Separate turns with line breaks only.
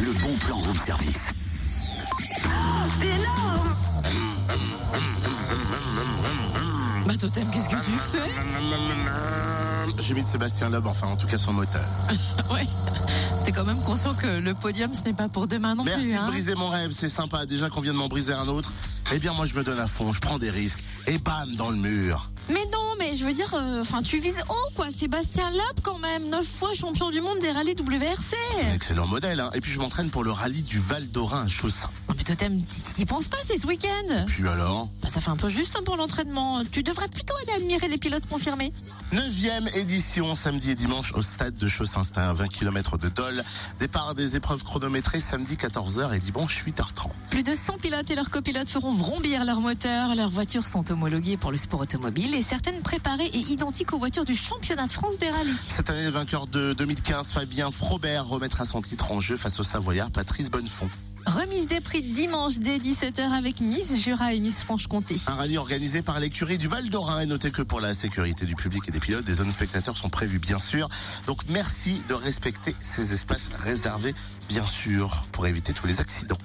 le bon plan room service.
C'est énorme
Bah Totem, qu'est-ce que tu fais
J'ai mis de Sébastien Loeb, enfin en tout cas son moteur.
Ouais. T'es quand même conscient que le podium, ce n'est pas pour demain non
Merci
plus. hein.
de briser mon rêve, c'est sympa. Déjà qu'on vient de m'en briser un autre, eh bien moi je me donne à fond, je prends des risques. Et bam, dans le mur.
Mais non, mais je veux dire, euh, enfin, tu vises haut, quoi. Sébastien Loeb, quand même, 9 fois champion du monde des rallyes WRC.
Un excellent modèle, hein. Et puis je m'entraîne pour le rallye du Val d'Orin à Chaussin.
Non, mais Totem, t'y- t'y penses pas, c'est ce week-end.
Puis alors
Bah, ça fait un peu juste hein, pour l'entraînement. Tu devrais plutôt aller admirer les pilotes confirmés.
Neuvième édition, samedi et dimanche au stade de Chaussin. C'était à 20 km de Dole. Départ des épreuves chronométrées samedi 14h et dimanche 8h30.
Plus de 100 pilotes et leurs copilotes feront vrombir leurs moteurs. Leurs voitures sont homologuées pour le sport automobile et certaines préparées et identiques aux voitures du championnat de France des rallyes.
Cette année, le vainqueur de 2015, Fabien Frobert, remettra son titre en jeu face au Savoyard Patrice Bonnefond.
Remise des prix dimanche dès 17h avec Miss Jura et Miss Franche-Comté.
Un rallye organisé par l'écurie du Val d'Orin. Et notez que pour la sécurité du public et des pilotes, des zones spectateurs sont prévues, bien sûr. Donc merci de respecter ces espaces réservés, bien sûr, pour éviter tous les accidents.